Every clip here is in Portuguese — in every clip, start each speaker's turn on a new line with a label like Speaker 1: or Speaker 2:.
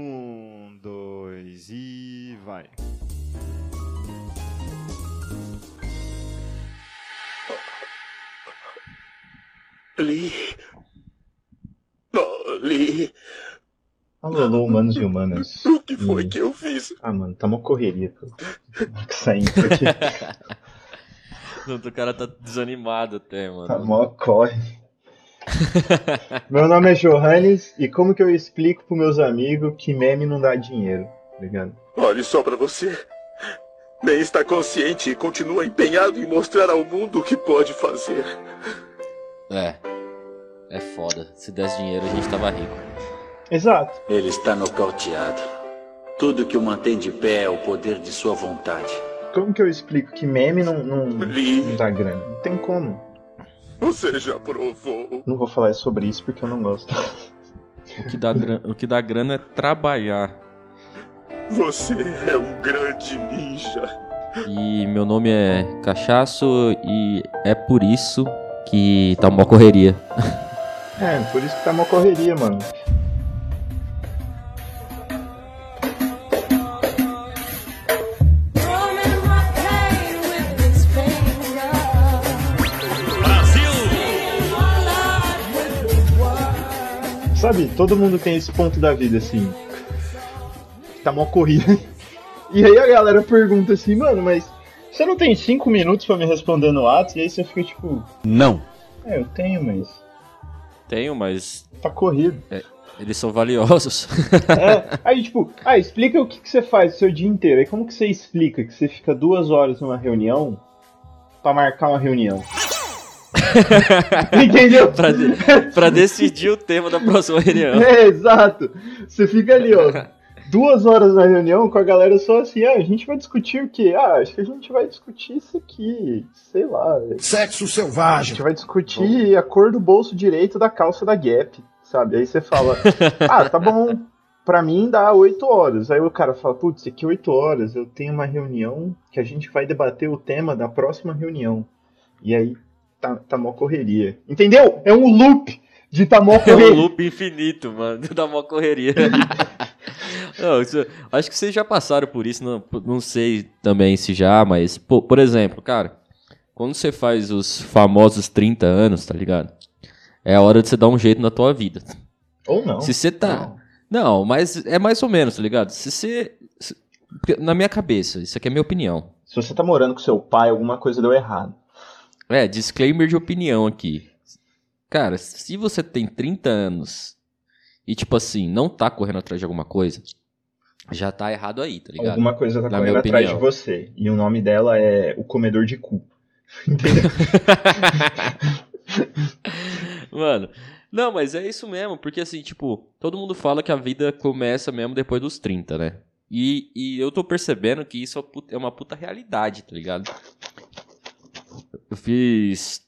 Speaker 1: Um, dois e vai.
Speaker 2: Li. Li.
Speaker 3: Alô, alô, humanos e humanas.
Speaker 2: O que foi
Speaker 3: Hum.
Speaker 2: que eu fiz?
Speaker 3: Ah, mano, tá uma correria. Tô... tô saindo aqui.
Speaker 4: Não, o cara tá desanimado até,
Speaker 3: Tá
Speaker 4: mano.
Speaker 3: mó corre. Meu nome é Johannes e como que eu explico pros meus amigos que meme não dá dinheiro? tá Ligado?
Speaker 2: Olhe só pra você. Nem está consciente e continua empenhado em mostrar ao mundo o que pode fazer.
Speaker 4: É. É foda. Se desse dinheiro, a gente tava rico.
Speaker 3: Exato.
Speaker 5: Ele está nocauteado. Tudo que o mantém de pé é o poder de sua vontade.
Speaker 3: Como que eu explico que meme não, não, não
Speaker 2: Li,
Speaker 3: dá grana? Não tem como.
Speaker 2: você já provou.
Speaker 3: Não vou falar sobre isso porque eu não gosto.
Speaker 6: O que dá, gran- o que dá grana é trabalhar.
Speaker 2: Você é um grande ninja.
Speaker 4: E meu nome é Cachaço e é por isso que tá uma correria.
Speaker 3: É, por isso que tá uma correria, mano.
Speaker 7: Drumming my pain with his finger. Singing my love with his words.
Speaker 3: Sabe, todo mundo tem esse ponto da vida, assim. Tá mó corrida. E aí a galera pergunta assim, mano, mas você não tem cinco minutos pra me responder no ato? E aí você fica tipo,
Speaker 5: Não.
Speaker 3: é, eu tenho, mas
Speaker 4: Tenho, mas
Speaker 3: tá corrido.
Speaker 4: eles são valiosos.
Speaker 3: É, aí tipo, ah, explica o que, que você faz o seu dia inteiro. Aí como que você explica que você fica duas horas numa reunião pra marcar uma reunião? Entendeu?
Speaker 4: pra, de- pra decidir o tema da próxima reunião.
Speaker 3: É, exato. Você fica ali, ó. Duas horas na reunião com a galera só assim, ah, a gente vai discutir o quê? Ah, acho que a gente vai discutir isso aqui, sei lá.
Speaker 8: Sexo
Speaker 3: A
Speaker 8: selvagem.
Speaker 3: gente vai discutir a cor do bolso direito da calça da Gap, sabe? Aí você fala, ah, tá bom, pra mim dá oito horas. Aí o cara fala, putz, aqui é oito horas, eu tenho uma reunião que a gente vai debater o tema da próxima reunião. E aí tá, tá mó correria. Entendeu? É um loop de tá mó
Speaker 4: É
Speaker 3: correria.
Speaker 4: um loop infinito, mano. Dá uma correria. Não, isso- acho que vocês já passaram por isso. Não, não sei também se já, mas. pô, por exemplo, cara, quando você faz os famosos 30 anos, tá ligado? É a hora de você dar um jeito na tua vida.
Speaker 3: Ou não.
Speaker 4: se você tá. Não, mas é mais ou menos, tá ligado? Se você. se- porque na minha cabeça, isso aqui é minha opinião.
Speaker 3: Se você tá morando com seu pai, alguma coisa deu errado.
Speaker 4: É, disclaimer de opinião aqui. Cara, se você tem 30 anos e, tipo assim, não tá correndo atrás de alguma coisa, já tá errado aí, tá ligado?
Speaker 3: Alguma coisa tá
Speaker 4: Na
Speaker 3: correndo
Speaker 4: minha
Speaker 3: atrás de
Speaker 4: opinião.
Speaker 3: você. E o nome dela é o comedor de cu.
Speaker 4: Mano, não, mas é isso mesmo, porque assim, tipo, todo mundo fala que a vida começa mesmo depois dos 30, né? E, e eu tô percebendo que isso é uma puta- é uma puta realidade, tá ligado? Eu fiz.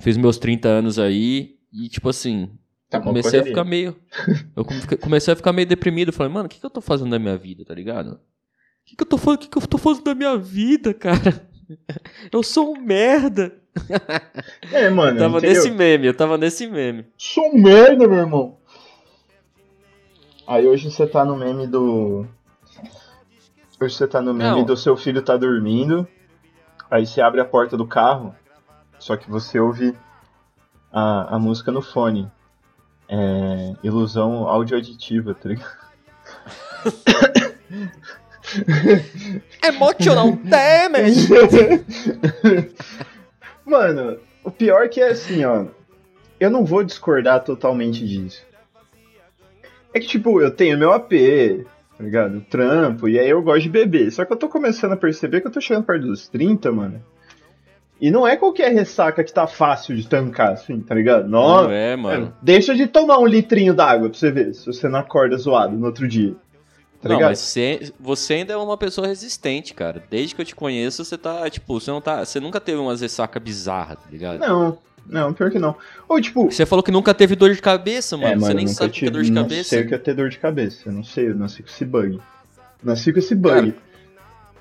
Speaker 4: Fiz meus 30 anos aí e, tipo assim,
Speaker 3: Tá
Speaker 4: eu
Speaker 3: uma
Speaker 4: comecei a
Speaker 3: correria.
Speaker 4: ficar meio. Eu come- fica- comecei a ficar meio deprimido. Falei, mano, o que, que eu tô fazendo da minha vida, tá ligado? O que, que eu tô fazendo? O que, que eu tô fazendo da minha vida, cara? Eu sou um merda.
Speaker 3: É, mano.
Speaker 4: Eu tava
Speaker 3: entendeu?
Speaker 4: nesse meme, eu tava nesse meme.
Speaker 3: Sou um merda, meu irmão. Aí hoje você tá no meme do. Hoje você tá no meme
Speaker 4: Não.
Speaker 3: do seu filho tá dormindo. Aí você abre a porta do carro. Só que você ouve a, a música no fone. É, ilusão audio-auditiva, tá ligado?
Speaker 4: Emotional damage!
Speaker 3: Mano, o pior que é assim, ó. Eu não vou discordar totalmente disso. É que, tipo, eu tenho meu AP, tá ligado? Trampo, e aí eu gosto de beber. Só que eu tô começando a perceber que eu tô chegando perto dos 30, mano. E não é qualquer ressaca que tá fácil de tancar, assim, tá ligado? Nossa,
Speaker 4: Não é, mano.
Speaker 3: deixa de tomar um litrinho d'água pra você ver, se você não acorda zoado no outro dia. Tá
Speaker 4: não,
Speaker 3: ligado?
Speaker 4: mas você, você ainda é uma pessoa resistente, cara. Desde que eu te conheço, você tá, tipo, você não tá. Você nunca teve uma ressaca bizarra, tá ligado?
Speaker 3: Não, não, pior que não. Ou, tipo,
Speaker 4: Você falou que nunca teve dor de cabeça, mano.
Speaker 3: É, mano,
Speaker 4: você nem
Speaker 3: nunca
Speaker 4: sabe o que é
Speaker 3: tive-
Speaker 4: dor de
Speaker 3: Não
Speaker 4: cabeça.
Speaker 3: sei o que é ter dor de cabeça. Eu não sei, eu nasci com esse bug. Nasci com esse bug.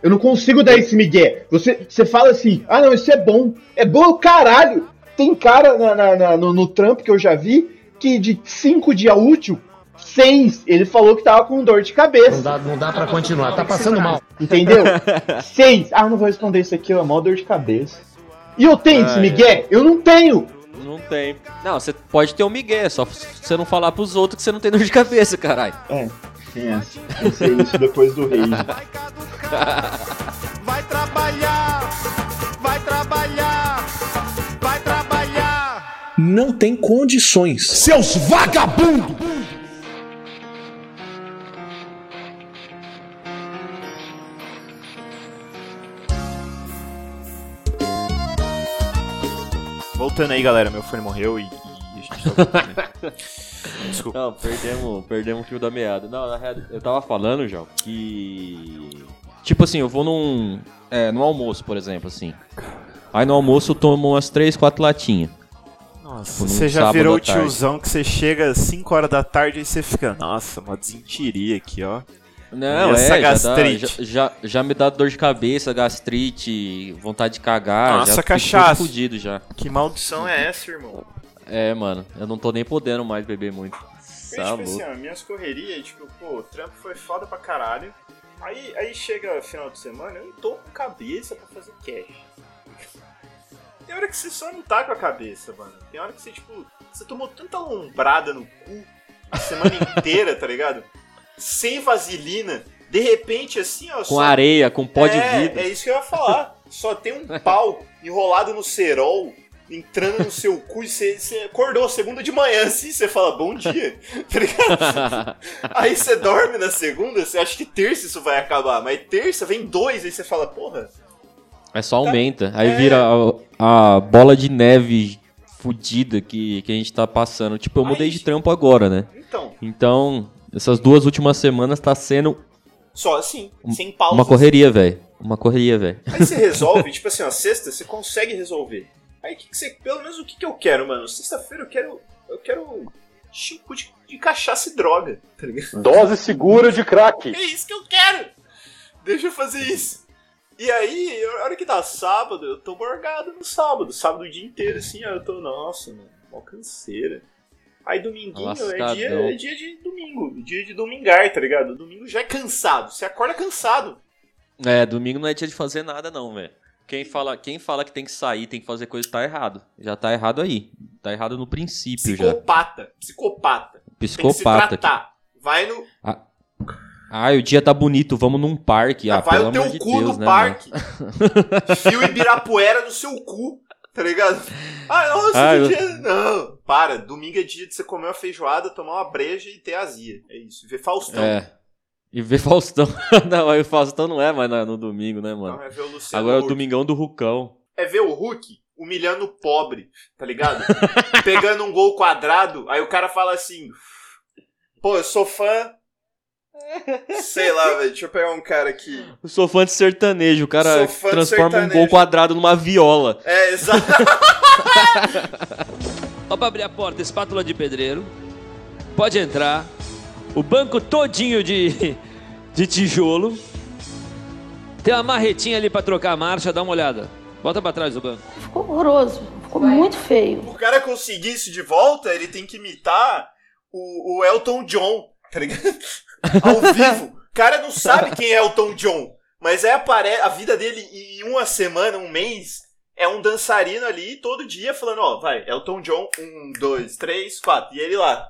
Speaker 3: Eu não consigo dar esse migué. Você, você fala assim, ah não, isso é bom. É bom o caralho. Tem cara na- na- na- no, no trampo que eu já vi que de 5 dias útil,
Speaker 9: Seis. Ele falou que tava com dor de cabeça.
Speaker 8: Não dá, não dá pra continuar, tá passando mal.
Speaker 9: Entendeu? Seis. Ah, não vou responder isso aqui, é mó dor de cabeça. E eu tenho esse Miguel? Eu não tenho.
Speaker 4: Não tem. Não, você pode ter um migué, é só você não falar pros outros que você não tem dor de cabeça, caralho.
Speaker 9: Sim, é. Pensei isso depois do rei.
Speaker 10: Vai caducar. Vai trabalhar, vai trabalhar, vai trabalhar.
Speaker 11: Não tem condições. Seus vagabundos!
Speaker 3: Voltando aí, galera, meu fone morreu e. tá e- e- Desculpa.
Speaker 4: Não, perdemos, perdemos o fio da meada. Não, na real, eu tava falando, João, que. Tipo assim, eu vou num. É, num almoço, por exemplo, assim. Aí no almoço eu tomo umas 3, 4 latinhas.
Speaker 3: Nossa,
Speaker 4: Tipo, num
Speaker 3: você já
Speaker 4: sábado
Speaker 3: virou
Speaker 4: à
Speaker 3: o tiozão que você chega às 5 horas da tarde e você fica, nossa, uma desentiria aqui, ó.
Speaker 4: Não,
Speaker 3: E essa
Speaker 4: é, já, dá-
Speaker 3: gastrite?
Speaker 4: já, já, já me dá dor de cabeça, gastrite, vontade de cagar.
Speaker 3: Nossa,
Speaker 4: já fico todo
Speaker 3: cachaça.
Speaker 4: fudido já.
Speaker 3: Que maldição é essa, irmão?
Speaker 4: É, mano, eu não tô nem podendo mais beber muito.
Speaker 3: Porque,
Speaker 4: Tá
Speaker 3: tipo
Speaker 4: louco.
Speaker 3: assim, ó, minhas correrias, tipo, pô, o trampo foi foda pra caralho. Aí, aí chega final de semana, eu não tô com cabeça pra fazer cash. Tem hora que você só não tá com a cabeça, mano. Tem hora que você, tipo, você tomou tanta lombrada no cu a semana inteira, tá ligado? Sem vaselina. De repente, assim, ó.
Speaker 4: Com areia, com pó de
Speaker 3: é,
Speaker 4: vidro.
Speaker 3: É isso que eu ia falar. Só tem um pau enrolado no cerol, entrando no seu cu e você você acordou segunda de manhã assim, você fala bom dia, tá ligado? Aí você dorme na segunda, você acha que terça isso vai acabar, mas terça vem dois, aí você fala, porra,
Speaker 4: É só aumenta. Aí
Speaker 3: É.
Speaker 4: vira a, a bola de neve fudida que, que a gente tá passando. Tipo, eu
Speaker 3: Ai,
Speaker 4: mudei de
Speaker 3: gente.
Speaker 4: trampo agora, né?
Speaker 3: então,
Speaker 4: Então, essas duas últimas semanas tá sendo
Speaker 3: só assim, sem
Speaker 4: Um, uma
Speaker 3: pausa. assim."
Speaker 4: correria, velho. Uma correria, velho.
Speaker 3: Aí você resolve, tipo assim, ó, sexta você consegue resolver. Aí que, que você, pelo menos o que, que eu quero, mano? Sexta-feira eu quero, eu quero chico de, de cachaça e droga, tá ligado?
Speaker 2: Dose segura de crack.
Speaker 3: É isso que eu quero! Deixa eu fazer isso. E aí, a hora que dá sábado, eu tô morgado no sábado. Sábado o dia inteiro, assim, ó, eu tô, nossa, mano, mó canseira. Aí dominguinho é
Speaker 4: Lascadão.
Speaker 3: dia, é dia de domingo, dia de domingar, tá ligado? Domingo já é cansado, você acorda cansado.
Speaker 4: É, domingo não é dia de fazer nada, não, velho. Quem fala, quem fala que tem que sair, tem que fazer coisa, tá errado. Já tá errado aí. Tá errado no princípio já.
Speaker 3: Psicopata, psicopata. Tem que se
Speaker 4: Psicopata.
Speaker 3: tratar. Vai no.
Speaker 4: Ai, o dia tá bonito, vamos num parque. Ah,
Speaker 3: vai
Speaker 4: pelo
Speaker 3: o teu
Speaker 4: amor de
Speaker 3: cu
Speaker 4: Deus,
Speaker 3: no
Speaker 4: né,
Speaker 3: parque. Fio Ibirapuera no seu cu, tá ligado? Ah, nossa,
Speaker 4: Ah,
Speaker 3: que
Speaker 4: eu-
Speaker 3: dia. Não, para. Domingo é dia de você comer uma feijoada, tomar uma breja e ter azia. É isso. Ver Faustão.
Speaker 4: mano? É. E ver Faustão. não, aí o Faustão não é mais na- no domingo, né, mano?
Speaker 3: Não, é ver o Luciano
Speaker 4: Agora é o
Speaker 3: Huck.
Speaker 4: Domingão do Rucão.
Speaker 3: É ver o Hulk humilhando o pobre, tá ligado? Pegando um gol quadrado, aí o cara fala assim: Pô, eu sou fã. Sei lá, velho. Deixa eu pegar um cara aqui.
Speaker 4: Eu sou fã de sertanejo. O cara
Speaker 3: Sou fã de
Speaker 4: transforma um
Speaker 3: sertanejo.
Speaker 4: gol quadrado numa viola.
Speaker 3: É, exato.
Speaker 12: Ó, pra abrir a porta, espátula de pedreiro. Pode entrar. O banco todinho de, de tijolo. Tem uma marretinha ali pra trocar a marcha, dá uma olhada. Bota pra trás do banco.
Speaker 13: Ficou horroroso, ficou muito feio.
Speaker 3: O cara conseguir isso de volta, ele tem que imitar o, o Elton John, tá ligado? Ao vivo. O cara não sabe quem é Elton John, mas aí apare a vida dele em uma semana, um mês, é um dançarino ali todo dia falando, ó, vai, Elton John, um, dois, três, quatro. E ele lá,
Speaker 4: Ah,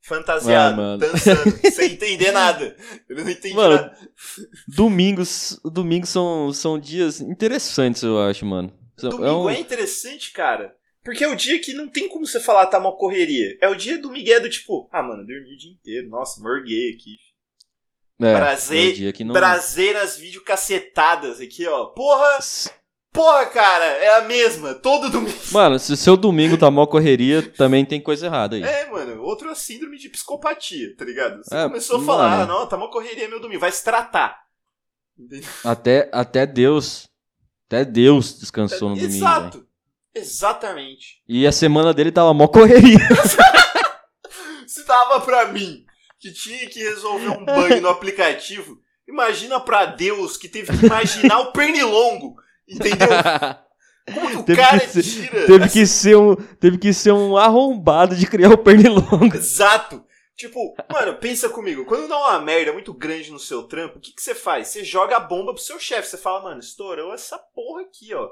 Speaker 3: fantasiado,
Speaker 4: mano.
Speaker 3: dançando, sem entender nada. Ele não entende
Speaker 4: Mano,
Speaker 3: nada.
Speaker 4: Domingos, domingos são, são dias interessantes, eu acho, mano. São-
Speaker 3: Domingo
Speaker 4: é
Speaker 3: é,
Speaker 4: um-
Speaker 3: interessante, cara. Porque é o dia que não tem como você falar tá uma correria. É o dia do Miguel do tipo, ah, mano, eu dormi o dia inteiro. Nossa, morguei aqui.
Speaker 4: é,
Speaker 3: prazer-
Speaker 4: é um dia que não...
Speaker 3: Braseiras videocacetadas aqui, ó. Porra, porra, cara, é a mesma. Todo domingo.
Speaker 4: Mano, se o seu domingo tá mó correria, também tem coisa errada aí.
Speaker 3: É, mano, outra síndrome de psicopatia, tá ligado? Você
Speaker 4: É,
Speaker 3: começou a falar,
Speaker 4: mano.
Speaker 3: ah, não, tá uma correria meu domingo, vai se tratar.
Speaker 4: Até, até Deus... Até Deus descansou no domingo. velho.
Speaker 3: Exato. Exatamente.
Speaker 4: E a semana dele tava mó correria.
Speaker 3: Se dava pra mim que tinha que resolver um bug no aplicativo, imagina pra Deus que teve que imaginar o pernilongo, entendeu? Como que o
Speaker 4: Teve
Speaker 3: cara
Speaker 4: que ser-
Speaker 3: tira?
Speaker 4: teve, que ser um, teve que ser um arrombado de criar o pernilongo.
Speaker 3: Exato. Tipo, mano, pensa comigo. Quando dá uma merda muito grande no seu trampo, o que, que você faz? Você joga a bomba pro seu chefe. Você fala, mano, estourou essa porra aqui, ó.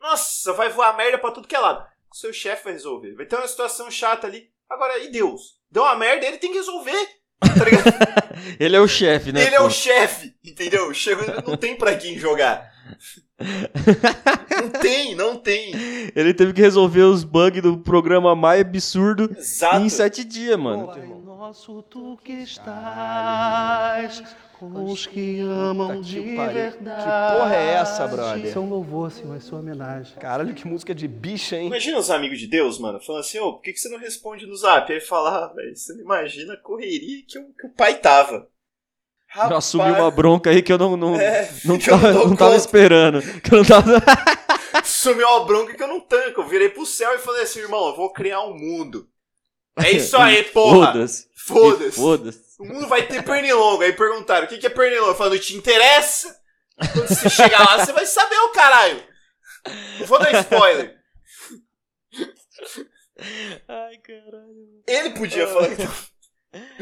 Speaker 3: Nossa, vai voar merda pra tudo que é lado. O seu chefe vai resolver. Vai ter uma situação chata ali. Agora, e Deus? Deu uma merda, ele tem que resolver. tá
Speaker 4: Ele é o chefe, né?
Speaker 3: ele é
Speaker 4: pô?
Speaker 3: o chefe, entendeu? Chega, não tem pra quem jogar. não tem, não tem.
Speaker 4: Ele teve que resolver os bugs do programa mais absurdo
Speaker 3: Exato.
Speaker 4: em sete dias, mano.
Speaker 10: Nosso tu que estás com os que amam de verdade.
Speaker 14: Que porra é essa, brother?
Speaker 10: Isso é um louvor, senhor, é sua homenagem.
Speaker 14: Caralho, que música de bicha, hein?
Speaker 3: Imagina os amigos de Deus, mano, falando assim, ô, por que, que você não responde no zap? Aí ele fala, ah, velho, você não imagina a correria que, o- que o pai tava.
Speaker 4: Eu assumi uma bronca aí que eu não, não,
Speaker 3: É,
Speaker 4: não,
Speaker 3: que eu não
Speaker 4: tava,
Speaker 3: dou
Speaker 4: não tava
Speaker 3: conta.
Speaker 4: esperando. Que eu não tava...
Speaker 3: Sumiu uma bronca que eu não tanco. Eu virei pro céu e falei assim, irmão, eu vou criar um mundo. É isso aí, porra.
Speaker 4: Foda-se.
Speaker 3: Foda-se.
Speaker 4: Foda-se.
Speaker 3: O mundo vai ter pernilongo. Aí perguntaram, o que, que é pernilongo? Eu falei, não te interessa? Quando você chegar lá, você vai saber, ô caralho. Não vou dar spoiler.
Speaker 4: Ai, caralho.
Speaker 3: Ele podia falar que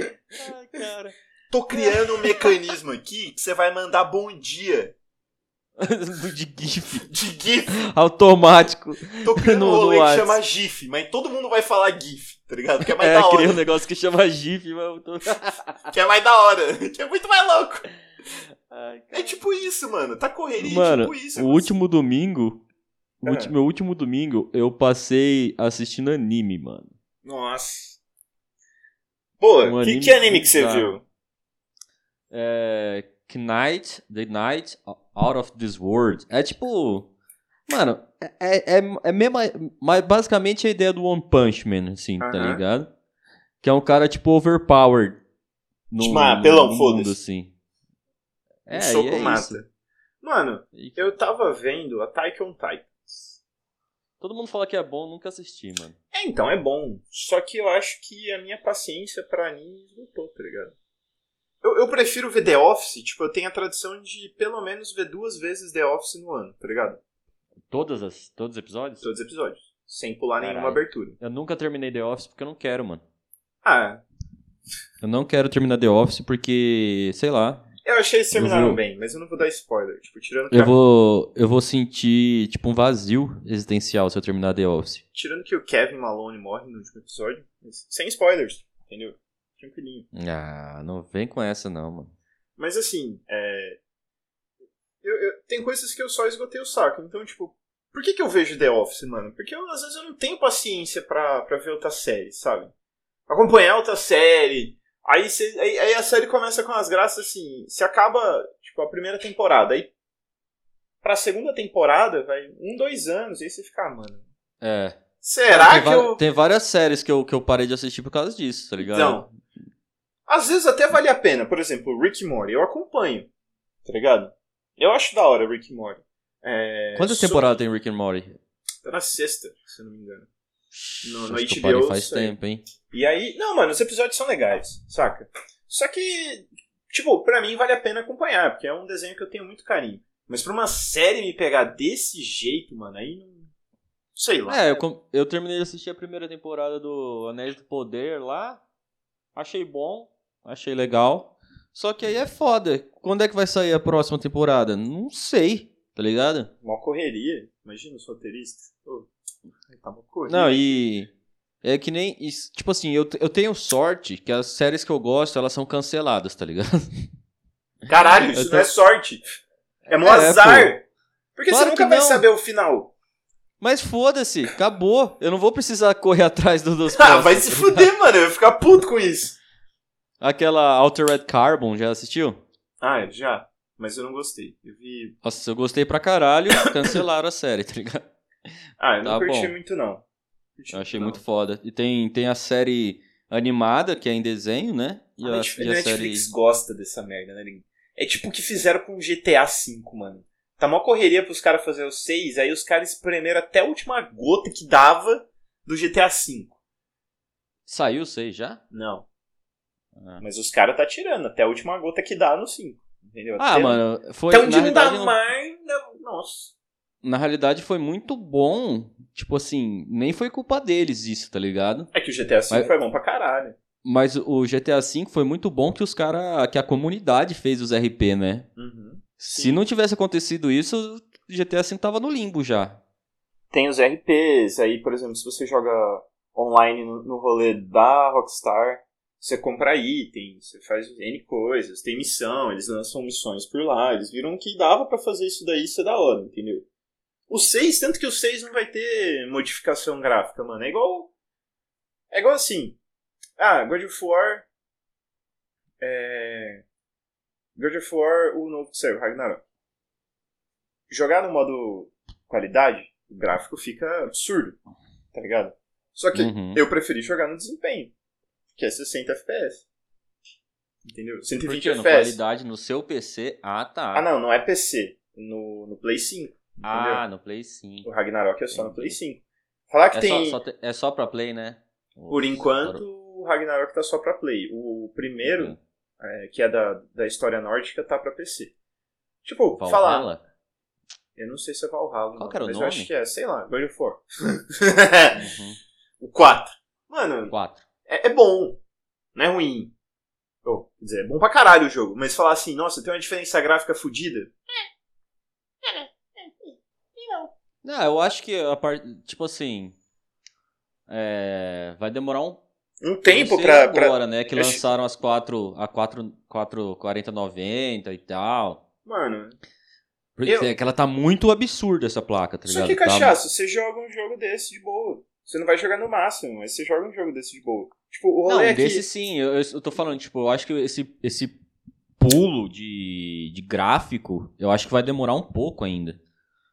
Speaker 4: Ai, cara.
Speaker 3: Tô criando um mecanismo aqui que você vai mandar bom dia
Speaker 4: De GIF.
Speaker 3: de GIF.
Speaker 4: Automático.
Speaker 3: Tô criando
Speaker 4: No-
Speaker 3: um
Speaker 4: no
Speaker 3: rolê que
Speaker 4: WhatsApp.
Speaker 3: chama GIF, mas todo mundo vai falar GIF, tá ligado? Que é mais
Speaker 4: É,
Speaker 3: da
Speaker 4: criei um
Speaker 3: hora.
Speaker 4: negócio que chama GIF, mas eu tô...
Speaker 3: Que é mais da hora. Que é muito mais louco. É tipo isso, mano. Tá correria,
Speaker 4: Mano,
Speaker 3: tipo isso.
Speaker 4: o último domingo. o
Speaker 3: Ah.
Speaker 4: ulti- Meu último domingo, eu passei assistindo anime, mano.
Speaker 3: Nossa. Pô,
Speaker 4: Um
Speaker 3: que,
Speaker 4: anime
Speaker 3: que anime que você
Speaker 4: bizarro.
Speaker 3: viu?
Speaker 4: É. Knight, The Night Out of This World. É tipo. Mano, é, é, é- é mesmo. Mas basicamente é a ideia do One Punch Man, assim, tá
Speaker 3: Aham.
Speaker 4: ligado? Que é um cara, tipo, overpowered. No,
Speaker 3: Tipo, ah, pelão,
Speaker 4: mundo,
Speaker 3: foda-se.
Speaker 4: assim.
Speaker 3: Um
Speaker 4: É,
Speaker 3: soco
Speaker 4: e é
Speaker 3: mata.
Speaker 4: isso.
Speaker 3: Mano, eu tava vendo a Taika on Titan.
Speaker 4: Todo mundo fala que é bom, nunca assisti, mano.
Speaker 3: É, então, é bom. Só que eu acho que a minha paciência pra anime esgotou, tá ligado? Eu, eu prefiro ver The Office, tipo, eu tenho a tradição de pelo menos ver duas vezes The Office no ano, tá ligado?
Speaker 4: Todas as, todos os episódios?
Speaker 3: Todos os episódios. Sem pular nenhuma
Speaker 4: Caralho.
Speaker 3: abertura.
Speaker 4: Eu nunca terminei The Office porque eu não quero, mano.
Speaker 3: Ah,
Speaker 4: Eu não quero terminar The Office porque, sei lá,
Speaker 3: eu achei eles
Speaker 4: Eu
Speaker 3: terminaram
Speaker 4: vou-
Speaker 3: bem, mas eu não vou dar spoiler. Tipo, tirando que,
Speaker 4: eu
Speaker 3: a-
Speaker 4: vou, eu vou sentir, tipo, um vazio existencial se eu terminar The Office.
Speaker 3: tirando que o Kevin Malone morre no último episódio, mas sem spoilers, entendeu? Tranquilinho.
Speaker 4: Ah, não vem com essa não, mano.
Speaker 3: Mas assim, é... eu, eu- tem coisas que eu só esgotei o saco. Então, tipo, por que, que eu vejo The Office, mano? Porque eu, às vezes eu não tenho paciência pra, pra ver outra série, sabe? Acompanhar outra série. Aí, cê- aí, aí a série começa com as graças assim. Se acaba, tipo, a primeira temporada. Aí pra segunda temporada, vai um, dois anos. Aí você fica, ah, mano.
Speaker 4: É.
Speaker 3: Será
Speaker 4: tem,
Speaker 3: Tá que
Speaker 4: va-
Speaker 3: eu.
Speaker 4: tem várias séries que eu, que eu parei de assistir por causa disso, tá ligado?
Speaker 3: Então, às vezes até vale a pena. Por exemplo, Rick e Morty, eu acompanho, tá ligado? Eu acho da hora Rick e Morty. É,
Speaker 4: Quantas
Speaker 3: sou-
Speaker 4: temporadas tem Rick and Morty?
Speaker 3: Tá na sexta, se eu não me engano. No, no
Speaker 4: Acho que
Speaker 3: HBO.
Speaker 4: eu parei faz
Speaker 3: isso aí.
Speaker 4: tempo, hein?
Speaker 3: E aí, não, mano, os episódios são legais, saca? Só que, tipo, pra mim vale a pena acompanhar, porque é um desenho que eu tenho muito carinho. Mas pra uma série me pegar desse jeito, mano, aí não. Sei lá.
Speaker 4: É, eu, com- eu terminei de assistir a primeira temporada do Anéis do Poder lá. Achei bom, achei legal. Só que aí é foda. Quando é que vai sair a próxima temporada? Não sei, tá ligado?
Speaker 3: Uma correria. Imagina os roteiristas. Pô, tá uma correria.
Speaker 4: Não, e. É que nem. isso- Tipo assim, eu, te- eu tenho sorte que as séries que eu gosto, elas são canceladas, tá ligado?
Speaker 3: Caralho, isso
Speaker 4: Eu tô-
Speaker 3: não é sorte. É mó
Speaker 4: É,
Speaker 3: azar. Porque
Speaker 4: Claro
Speaker 3: você nunca
Speaker 4: que
Speaker 3: vai
Speaker 4: não.
Speaker 3: saber o final.
Speaker 4: Mas foda-se, acabou. Eu não vou precisar correr atrás dos dois
Speaker 3: Ah, vai se fuder, mano. Eu vou ficar puto com isso.
Speaker 4: Aquela Altered Carbon, já assistiu?
Speaker 3: Ah, já. Mas eu não gostei. Eu vi.
Speaker 4: Nossa, eu gostei pra caralho. Cancelaram a série, tá ligado?
Speaker 3: Ah, eu não
Speaker 4: Tá
Speaker 3: curti
Speaker 4: bom.
Speaker 3: muito, não. Curti
Speaker 4: Eu achei
Speaker 3: não.
Speaker 4: muito foda. E tem, tem a série animada, que é em desenho, né? E
Speaker 3: A
Speaker 4: a,
Speaker 3: Netflix,
Speaker 4: e
Speaker 3: a
Speaker 4: a
Speaker 3: Ah, Netflix gosta dessa merda, né? Lin? É tipo o que fizeram com o GTA V, mano. Tá mó correria pros caras fazer o 6, aí os caras espremeram até a última gota que dava do GTA V.
Speaker 4: Saiu, sei, já?
Speaker 3: Não.
Speaker 4: Ah.
Speaker 3: Mas os caras tá tirando até a última gota que dá no 5. Entendeu?
Speaker 4: Ah,
Speaker 3: Até-
Speaker 4: mano, foi...
Speaker 3: Então
Speaker 4: na
Speaker 3: de um da
Speaker 4: realidade, não-
Speaker 3: merda. Nossa.
Speaker 4: na realidade foi muito bom. Tipo assim, nem foi culpa deles isso, tá ligado?
Speaker 3: É que o GTA V
Speaker 4: Mas-
Speaker 3: foi bom pra caralho.
Speaker 4: Mas o GTA V foi muito bom que os cara, que a comunidade fez os RP, né?
Speaker 3: Uhum.
Speaker 4: Se não tivesse acontecido isso, o GTA V tava no limbo já.
Speaker 3: Tem os RPs, aí, por exemplo, se você joga online no, no rolê da Rockstar, você compra item, você faz N coisas, tem missão, eles lançam missões por lá, eles viram que dava pra fazer isso daí, isso é da hora, entendeu? O 6, tanto que o 6 não vai ter modificação gráfica, mano. É igual. É igual assim. Ah, God of War. É. God of War, o novo que saiu, Ragnarok. Jogar no modo qualidade, o gráfico fica absurdo, tá ligado? Só que
Speaker 4: Uhum.
Speaker 3: eu preferi jogar no desempenho, que é 60 FPS. Entendeu? 120
Speaker 4: Porque na
Speaker 3: FPS.
Speaker 4: qualidade no seu PC. Ah, tá.
Speaker 3: Ah, não, não é PC. No, no Play 5.
Speaker 4: Ah,
Speaker 3: entendeu?
Speaker 4: no Play 5.
Speaker 3: O Ragnarok é só no Play 5. Falar que
Speaker 4: é,
Speaker 3: tem.
Speaker 4: só, só te- é só pra Play, né?
Speaker 3: Por enquanto, o Ragnarok tá só pra Play. O primeiro,
Speaker 4: Uhum. Hum,
Speaker 3: é, que é da, da história nórdica, tá pra PC. Tipo, falar.
Speaker 4: Valhalla?
Speaker 3: Eu não sei se é Valhalla.
Speaker 4: Qual
Speaker 3: não,
Speaker 4: que era o
Speaker 3: mas eu
Speaker 4: nome?
Speaker 3: acho que é, sei lá, God of War.
Speaker 4: Uhum.
Speaker 3: o 4. Mano,
Speaker 4: Quatro.
Speaker 3: é, é bom. Não é ruim. Ou, quer dizer, é bom pra caralho o jogo. Mas falar assim, nossa, tem uma diferença gráfica fodida.
Speaker 4: Não, eu acho que a parte. Tipo assim. É, vai demorar um.
Speaker 3: Um tempo
Speaker 4: não sei
Speaker 3: pra. pra-
Speaker 4: Agora, né? Que
Speaker 3: eu acho-
Speaker 4: lançaram as quatro. A 4, 4 4090 e tal.
Speaker 3: Mano,
Speaker 4: Tá Porque
Speaker 3: Eu-
Speaker 4: é que ela tá muito absurda essa placa, tá
Speaker 3: Só
Speaker 4: ligado?
Speaker 3: que
Speaker 4: Tá-
Speaker 3: é cachaça, você joga um jogo desse de boa. Você não vai jogar no máximo, mas você joga um jogo desse de boa. Tipo, o
Speaker 4: Não,
Speaker 3: rolê aqui.
Speaker 4: desse sim, eu, eu tô falando, tipo, eu acho que esse, esse pulo de, de gráfico, eu acho que vai demorar um pouco ainda.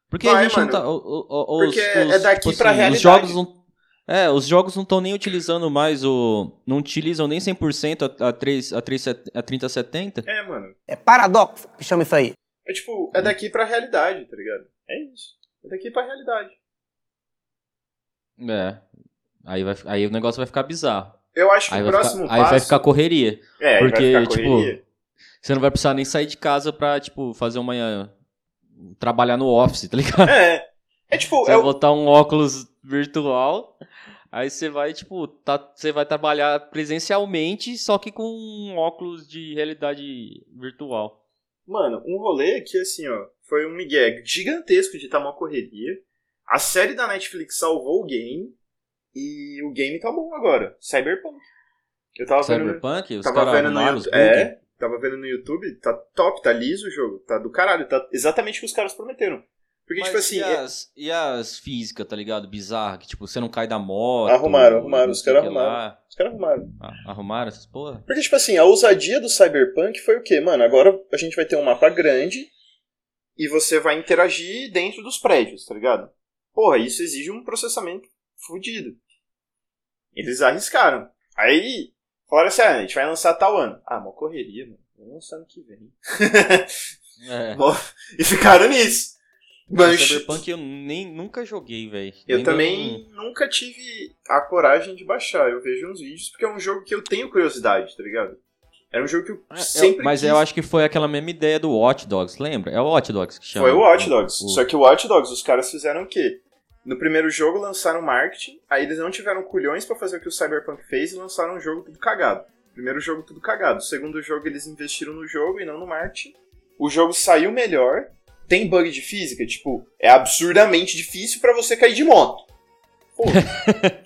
Speaker 4: Porque a
Speaker 3: Vai,
Speaker 4: gente
Speaker 3: mano.
Speaker 4: não tá. o- o- o-
Speaker 3: Porque é daqui pra realidade.
Speaker 4: Os jogos não, é, os jogos não estão nem utilizando mais o. Não utilizam nem 100% a, a, 3, a, 3, a 3070.
Speaker 3: É, mano.
Speaker 15: É paradoxo que chama isso aí.
Speaker 3: É tipo, é daqui pra realidade, tá ligado? É isso. É daqui pra realidade.
Speaker 4: É. Aí, vai, fi- aí o negócio vai ficar bizarro.
Speaker 3: Eu acho que
Speaker 4: aí
Speaker 3: o
Speaker 4: vai
Speaker 3: próximo
Speaker 4: ficar,
Speaker 3: passo.
Speaker 4: Aí vai ficar correria.
Speaker 3: É, aí vai
Speaker 4: porque,
Speaker 3: ficar correria.
Speaker 4: tipo, você não vai precisar nem sair de casa pra, tipo, fazer uma. trabalhar no office, tá ligado?
Speaker 3: É. É tipo,
Speaker 4: Você
Speaker 3: é
Speaker 4: vai
Speaker 3: o-
Speaker 4: botar um óculos virtual, aí você vai, tipo, tá, você vai trabalhar presencialmente, só que com um óculos de realidade virtual.
Speaker 3: Mano, um rolê que, assim, ó, foi um migué gigantesco de tá uma correria. A série da Netflix salvou o game. E o game tá bom agora. Cyberpunk. Eu tava
Speaker 4: é Cyberpunk?
Speaker 3: vendo.
Speaker 4: Os
Speaker 3: Tava
Speaker 4: caras
Speaker 3: vendo no
Speaker 4: arrumaram os
Speaker 3: YouTube.
Speaker 4: bugs?
Speaker 3: É, tava vendo no YouTube. Tá top, tá liso o jogo. Tá do caralho. Tá exatamente o que os caras prometeram. Porque, tipo
Speaker 4: Mas
Speaker 3: assim.
Speaker 4: E
Speaker 3: é-
Speaker 4: as, e as físicas, tá ligado? Bizarra, que tipo, você não cai da moto.
Speaker 3: Arrumaram,
Speaker 4: não
Speaker 3: arrumaram, os
Speaker 4: sei
Speaker 3: caras
Speaker 4: o que lá.
Speaker 3: arrumaram. Os caras arrumaram.
Speaker 4: Ah, Arrumaram essas porra?
Speaker 3: Porque, tipo assim, a ousadia do Cyberpunk foi o quê? Mano, agora a gente vai ter um mapa grande e você vai interagir dentro dos prédios, tá ligado? Porra, isso exige um processamento fudido. Eles arriscaram. Aí, falaram assim, ah, a gente vai lançar tal ano. Ah, mó correria, mano. Vamos lançar ano que vem.
Speaker 4: É.
Speaker 3: Mó- E ficaram nisso. Mas-
Speaker 4: Cyberpunk eu nem, nunca joguei, um velho.
Speaker 3: Eu também nunca tive a coragem de baixar. Eu vejo uns vídeos porque é um jogo que eu tenho curiosidade, tá ligado? Era um jogo que eu sempre
Speaker 4: mas
Speaker 3: quis
Speaker 4: É, eu acho que foi aquela mesma ideia do Watch Dogs, lembra? É o Watch Dogs que chama.
Speaker 3: Foi o Watch Dogs. Só que o Watch Dogs, os caras fizeram o quê? No primeiro jogo lançaram marketing, aí eles não tiveram culhões pra fazer o que o Cyberpunk fez e lançaram um jogo tudo cagado. Primeiro jogo tudo cagado. Segundo jogo eles investiram no jogo e não no marketing. O jogo saiu melhor. Tem bug de física, tipo, é absurdamente difícil pra você cair de moto. Pô,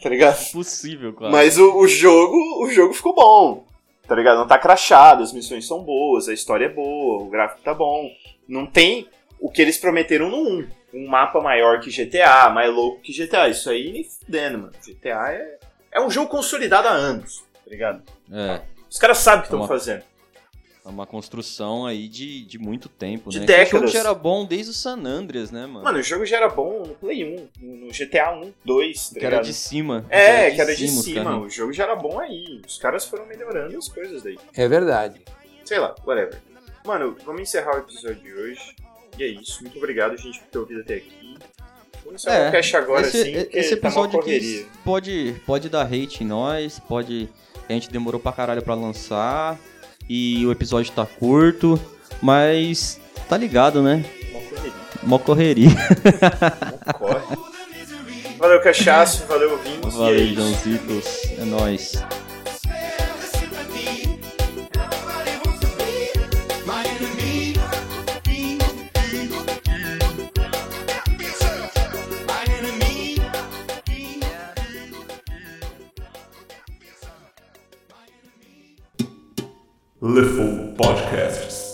Speaker 3: tá ligado?
Speaker 4: Impossível, quase.
Speaker 3: Mas o, o jogo, o jogo ficou bom. Tá ligado? Não tá crachado, as missões são boas, a história é boa, o gráfico tá bom. Não tem o que eles prometeram no 1. Um mapa maior que GTA, mais louco que GTA. Isso aí nem fudendo, mano. GTA é, é um jogo consolidado há anos, tá ligado?
Speaker 4: É.
Speaker 3: Os caras sabem o que
Speaker 4: É
Speaker 3: estão
Speaker 4: uma-
Speaker 3: fazendo.
Speaker 4: É uma construção aí de, de muito tempo,
Speaker 3: De
Speaker 4: né?
Speaker 3: décadas.
Speaker 4: Que O jogo já era bom desde o San Andreas, né, mano?
Speaker 3: Mano, o jogo já era bom no Play 1, no GTA 1, 2, tá
Speaker 4: que era
Speaker 3: ligado?
Speaker 4: de cima.
Speaker 3: É, que era de
Speaker 4: os né?
Speaker 3: cima.
Speaker 4: carrinhos.
Speaker 3: O jogo já era bom aí. Os caras foram melhorando as coisas daí.
Speaker 15: É verdade.
Speaker 3: sei lá, whatever. Mano, vamos encerrar o episódio de hoje. E é isso. Muito obrigado, gente, por ter ouvido até aqui. Vamos encerrar o cast agora,
Speaker 4: esse,
Speaker 3: assim, porque tá
Speaker 4: esse
Speaker 3: uma
Speaker 4: episódio
Speaker 3: correria.
Speaker 4: aqui pode, pode dar hate em nós, pode. A gente demorou pra caralho pra lançar. E o episódio tá curto, mas tá ligado, né?
Speaker 3: Uma correria.
Speaker 4: Mó correria.
Speaker 3: Corre. Valeu, cachaço. Valeu, ouvintes. e é
Speaker 4: Valeu,
Speaker 3: isso.
Speaker 4: Joãozitos. É nóis.
Speaker 16: Thank
Speaker 2: Little Podcasts.